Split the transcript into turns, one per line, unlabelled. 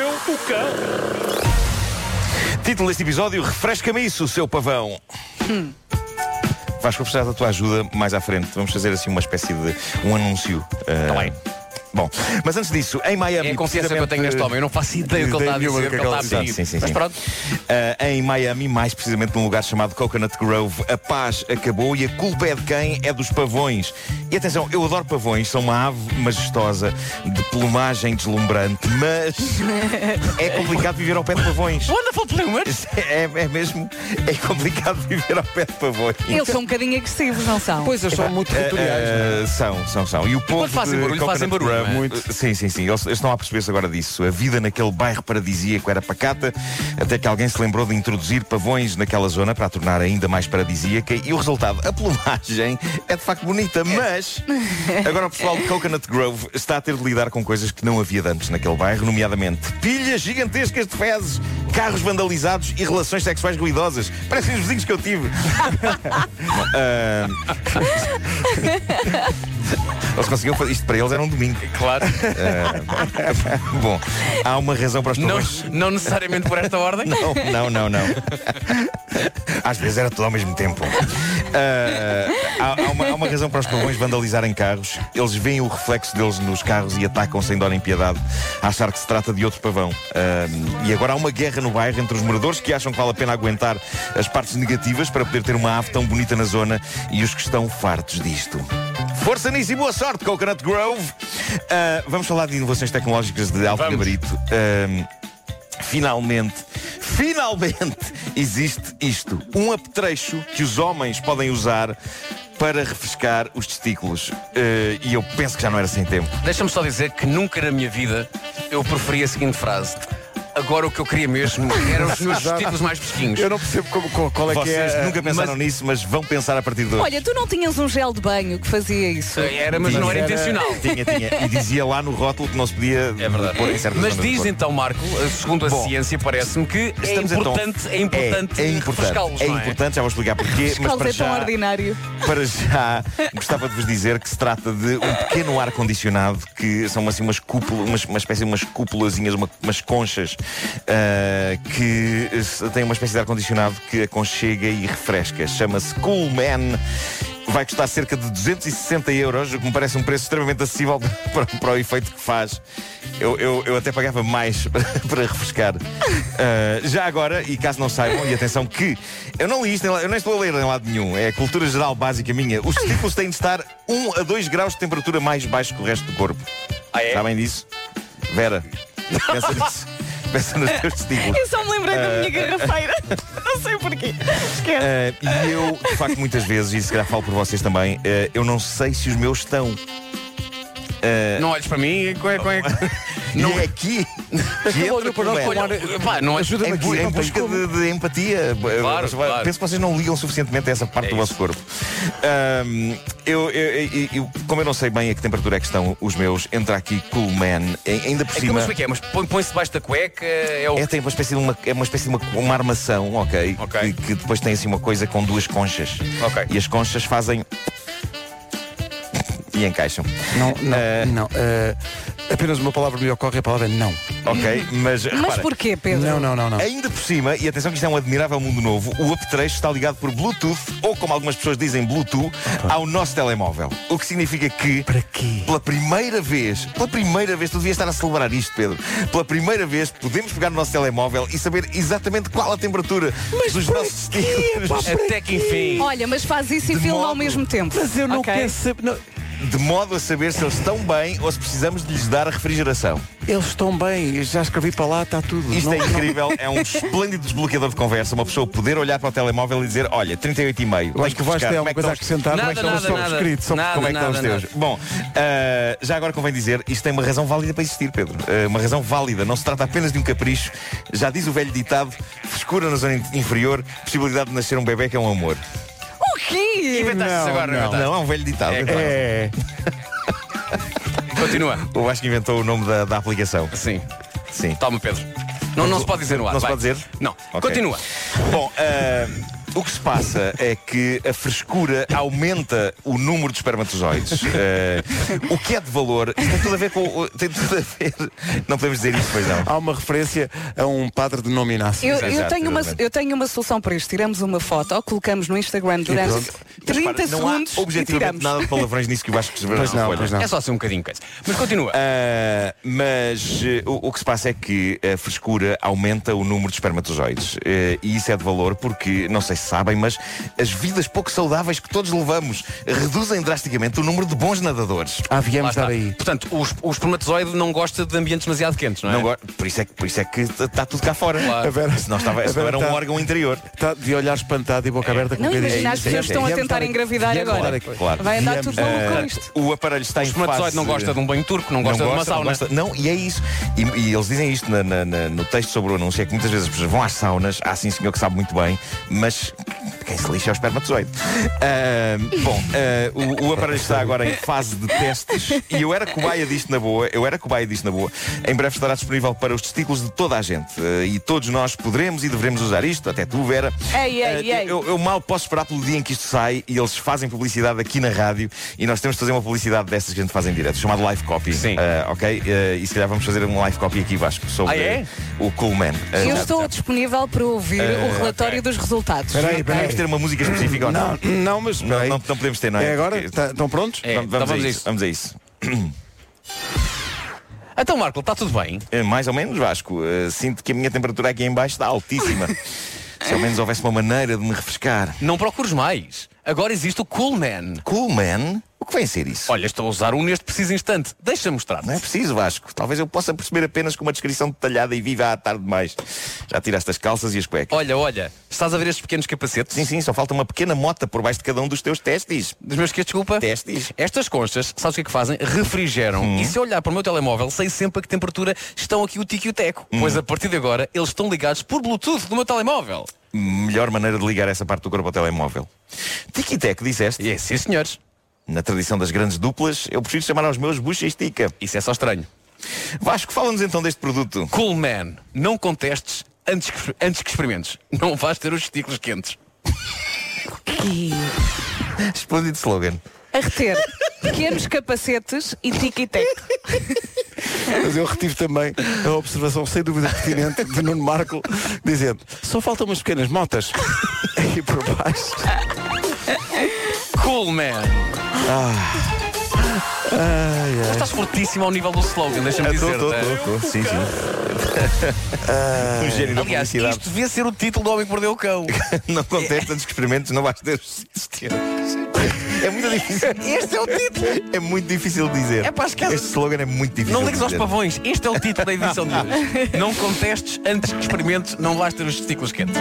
Maluca!
Título deste episódio: Refresca-me isso, seu pavão. Vasco, vou precisar da tua ajuda mais à frente. Vamos fazer assim uma espécie de um anúncio. Está
Tá bem.
Bom, mas antes disso, em Miami.
É a confiança que eu tenho neste homem. Eu não faço ideia do que ele está a
Ideia nenhuma
dizer,
do que
que ele está a
está a dizer.
pedir.
Sim, sim,
Mas
sim.
pronto,
Ah, em Miami, mais precisamente num lugar chamado Coconut Grove, a paz acabou e a culpa é de quem? É dos pavões. E atenção, eu adoro pavões, são uma ave majestosa, de plumagem deslumbrante, mas é complicado viver ao pé de pavões.
wonderful plumers!
É, é mesmo, é complicado viver ao pé de pavões.
Eles são um bocadinho agressivos, não são?
Pois, eles
Ah.
são muito territoriais. não é?
Eh, são, são, são. E o povo
fazem
de
barulho,
Coconut
fazem barulho,
Grove,
não é?
muito- Sim, sim, sim. Eles, eles estão a perceber-se agora disso. A vida naquele bairro paradisíaco era pacata, até que alguém se lembrou de introduzir pavões naquela zona para a tornar ainda mais paradisíaca. E o resultado, a plumagem, é de facto bonita, mas agora o pessoal de Coconut Grove está a ter de lidar com coisas que não havia de antes naquele bairro, nomeadamente pilhas gigantescas de fezes. Carros vandalizados e relações sexuais ruidosas. Parecem os vizinhos que eu tive. Ah, eles conseguiam fazer. Isto para eles era um domingo.
Claro,
É, Bom, há uma razão para os
não,
problemas.
não necessariamente por esta ordem.
Não, não, não, não. Às vezes era tudo ao mesmo tempo. Ah, há, há uma, há uma razão para os pavões vandalizarem carros. Eles veem o reflexo deles nos carros e atacam sem dó nem piedade, a achar que se trata de outro pavão. Ah, e agora há uma guerra no bairro entre os moradores que acham que vale a pena aguentar as partes negativas para poder ter uma ave tão bonita na zona e os que estão fartos disto. Força nisso e boa sorte, Coconut Grove! Ah, vamos falar de inovações tecnológicas de alto
Vamos.
gabarito. Ah, Finalmente, finalmente existe isto: um apetrecho que os homens podem usar para refrescar os testículos. Eh, e eu penso que já não era sem tempo.
Deixa-me só dizer que nunca na minha vida eu preferi a seguinte frase. Agora o que eu queria mesmo eram os meus testículos mais pesquinhos.
Eu não percebo como- qual, qual é que
Vocês
é.
nunca pensaram
mas-
nisso, mas vão pensar a partir de hoje.
Olha, tu não tinhas um gel de banho que fazia isso?
Eh, Era, mas não era
Mas era-
intencional.
Tinha, tinha. E dizia lá no rótulo que não se podia
É verdade.
pôr em certas
Mas
zonas do
diz
corpo.
então, Marco, segundo a
Bom,
ciência, parece-me que é
Estamos, então,
importante,
é,
é importante,
é importante,
refrescá-los,
é
não é?
importante, já vou explicar porquê, mas
Qual
para
é tão
já,
ordinário?
Para já, gostava de vos dizer que se trata de um pequeno ar-condicionado que são assim umas cúpulas, umas, uma espécie de umas cúpulazinhas, uma- umas conchas ah, que eh, têm uma espécie de ar-condicionado que aconchega e refresca. Chama-se Cool Man. Vai custar cerca de 260 euros, o que me parece um preço extremamente acessível para, para o efeito que faz. Eu, eu- eu até pagava mais para refrescar. Ah, já agora, e caso não saibam, e atenção que eu não li isto, em la- eu não estou a ler em lado nenhum, é cultura geral básica minha. Os testículos têm de estar 1 a 2 graus de temperatura mais baixo que o resto do corpo.
Ah, é?
Sabem disso? Vera, pensa nisso. Pensa nos teus testículos.
Eu só me lembrei da
Eh,
minha garrafeira. Não sei porquê. Esquece.
Ah, e eu, de facto, muitas vezes, e se calhar falo por vocês também, ah, eu não sei se os meus estão.
Não olhes para mim, qual é, qual é-
Não é aqui que entra o problema.
Olha, pá, não olhes-
Ajuda-me
Em, é bu-
aqui,
em
não tens
busca
como.
de, de empatia.
Claro,
Eu- eu- eu-
claro.
Penso que vocês não ligam suficientemente a essa parte
É
do vosso corpo. Ahm, eu, eu- eu- eu- como eu não sei bem a que temperatura é que estão os meus, entra aqui Cool Man, E- ainda por
É que eu
cima.
não sei o que é, mas põe- põe-se debaixo da cueca, é o
É, tem uma espécie de uma, é uma espécie de uma, uma armação, ok?
Ok.
Que, que depois tem assim uma coisa com duas conchas.
Ok.
E as conchas fazem. e encaixam.
Não, não,
Eh,
não. eh, apenas uma palavra me ocorre, a palavra é não.
Ok? Mas.
Mas
repara,
porquê, Pedro?
Não, não, não, não.
Ainda por cima, e atenção que isto é um admirável mundo novo, o apetrecho está ligado por Bluetooth, ou como algumas pessoas dizem, Bluetooth, ao nosso telemóvel. O que significa que.
Para quê?
Pela primeira vez, pela primeira vez, tu devias estar a celebrar isto, Pedro. Pela primeira vez, podemos pegar no nosso telemóvel e saber exatamente qual a temperatura dos nossos testículos.
até que enfim.
Olha, mas faz isso e
De
filma ao
modo-
mesmo tempo.
Mas eu não
Ok?
quero saber. não.
De modo a saber se eles estão bem ou se precisamos de lhes dar a refrigeração.
Eles estão bem, eu já escrevi para lá, está tudo.
Isto
Não-
é incrível, é um esplêndido desbloqueador de conversa. Uma pessoa poder olhar para o telemóvel e dizer: Olha, 38,5.
Eu acho que vais ter
é
alguma coisa a
estão os-
acrescentar, como é que
Nada,
estão os
nada,
teus
nada.
escritos, só
Nada.
Como é que estão os teus?
nada.
Bom, ah, já agora convém dizer, isto tem uma razão válida para existir, Pedro. Ah, uma razão válida, não se trata apenas de um capricho. Já diz o velho ditado, frescura na zona in- inferior, possibilidade de nascer um bebê que é um amor.
O quê?
Inventaste isso
Não,
agora,
não.
não,
Não, é um velho ditado.
É,
claro.
É.
Continua.
Eu acho que inventou o nome da, da aplicação.
Sim.
Sim.
Toma, Pedro. Não, não se pode dizer no ar.
Não se
vai.
pode dizer?
Não.
Ok.
Continua.
Bom, ah, O que se passa é que a frescura aumenta o número de espermatozoides. Eh, o que é de valor? Isto tem tudo a ver com. o- Tem tudo a ver. Não podemos dizer isto, pois não.
Há uma referência a um padre de nome Inácio.
Eu,
Exato,
eu tenho uma,
exatamente.
eu tenho uma solução para isto. Tiramos uma foto, ou colocamos no Instagram durante
pronto.
30
Mas, para, não
segundos
Há
e
objetivamente
tiramos.
nada de palavrões nisso que o Vasco se
Pois não,
olha.
pois não.
É só assim um bocadinho coisa. Mas continua.
Ah, mas eh, o, o que se passa é que a frescura aumenta o número de espermatozoides. Eh, e isso é de valor porque, não sei se sabem, mas as vidas pouco saudáveis que todos levamos reduzem drasticamente o número de bons nadadores.
Ah,
Lá
viemos
está.
dar aí.
Portanto, o, esp- o espermatozoide não gosta de ambientes demasiado quentes, não é?
Não go- por, isso é que, por isso é que está tudo cá fora.
Claro.
Claro.
A
Vera-
Senão, estava,
a
senão
Vera
era um
tá-
órgão interior.
Está de olhar espantado e
É.
boca aberta com
Não
o beirinho.
imagina, as
Isso,
pessoas
isso,
estão a
viemos
tentar
dar-
engravidar
viemos
agora.
dar aqui.
Claro.
Vai andar
Viemos
tudo
dar-
maluco com
Portanto,
isto.
Ah, O aparelho está
O
em fase...
espermatozoide não gosta de um banho turco, não gosta
não
de uma
gosta, não
sauna.
gosta. Não, e é isso. E, e eles dizem isto na- na- na- no texto sobre o anúncio: é que muitas vezes as pessoas vão às saunas, há sim senhor que sabe muito bem, mas quem se lixa é o espermatozoide. Ah, bom, ah, o, o aparelho está agora em fase de testes e eu era cobaia disto na boa, eu era cobaia disto na boa. Em breve estará disponível para os testículos de toda a gente Ah, e todos nós poderemos e devemos usar isto, até tu, Vera.
Ei,
Ah,
ei, ei.
eu- eu mal posso esperar pelo dia em que isto sai e eles fazem publicidade aqui na rádio e nós temos de fazer uma publicidade destas que a gente faz em direto, chamado live copy.
Sim.
Ah, ok? Ah, e se calhar vamos fazer um live copy aqui, Vasco, sobre
Ah, é?
o Coolman. Ah,
Eu
já-
estou disponível para ouvir
Eh,
o relatório dos resultados.
Espera aí, espera
Podemos
aí.
ter uma música específica ou não?
eh, Não, não, mas espera
Não,
aí.
não- não podemos ter, não é?
É agora?
Porque-
Tá- Estão prontos?
É,
Vamos,
então
vamos a isso. Vamos a isso.
Então, Marco, está tudo bem?
Ah, mais ou menos, Vasco. Ah, sinto que a minha temperatura aqui em baixo está altíssima. se ao menos houvesse uma maneira de me refrescar.
Não procures mais. Agora existe o Cool Man.
Coolman? O que vem ser isso?
Olha, estou a usar um neste preciso instante. Deixa-me mostrar.
Não é preciso, Vasco. Talvez eu possa perceber apenas com uma descrição detalhada e viva à tarde mais. Já tiraste as calças e as cuecas.
Olha, olha, estás a ver estes pequenos capacetes?
Sim, sim, só falta uma pequena mota por baixo de cada um dos teus testes.
Dos meus que desculpa?
Testes.
Estas conchas, sabes o que é que fazem? Refrigeram. E se eu olhar para o meu telemóvel, sei sempre a que temperatura estão aqui o tico e o teco. Pois a partir de agora, eles estão ligados por Bluetooth do meu telemóvel.
Melhor maneira de ligar essa parte do corpo ao telemóvel. Tiki-tec, disseste?
E é, sim, senhores.
Na tradição das grandes duplas, eu prefiro chamar aos meus bucha e estica.
Isso é só estranho.
Vasco, fala-nos então deste produto.
Cool Man, não contestes antes que, antes que experimentes. Não vais ter os testículos quentes.
E
Explodido slogan.
a reter pequenos capacetes e tic-tac.
Mas eu retive também a observação sem dúvida pertinente de Nuno Marco dizendo só faltam umas pequenas motas e por baixo.
Cool Man. Ah. Tu Estás fortíssimo ao nível do slogan, deixa-me é? dizer.
estou. Sim, sim. Um gênio da
Ah. Aliás,
publicidade.
isto devia ser o título do Homem que Mordeu o Cão.
Não contesta antes que experimentes, não vais ter os testes. É muito difícil.
Este é o título.
É muito difícil de dizer.
É pá, esquece.
Este slogan é muito difícil.
Não
de
ligues aos
dizer.
pavões. Este é o título da edição de hoje. Não contestes antes que experimentes, não vais ter os testículos quentes.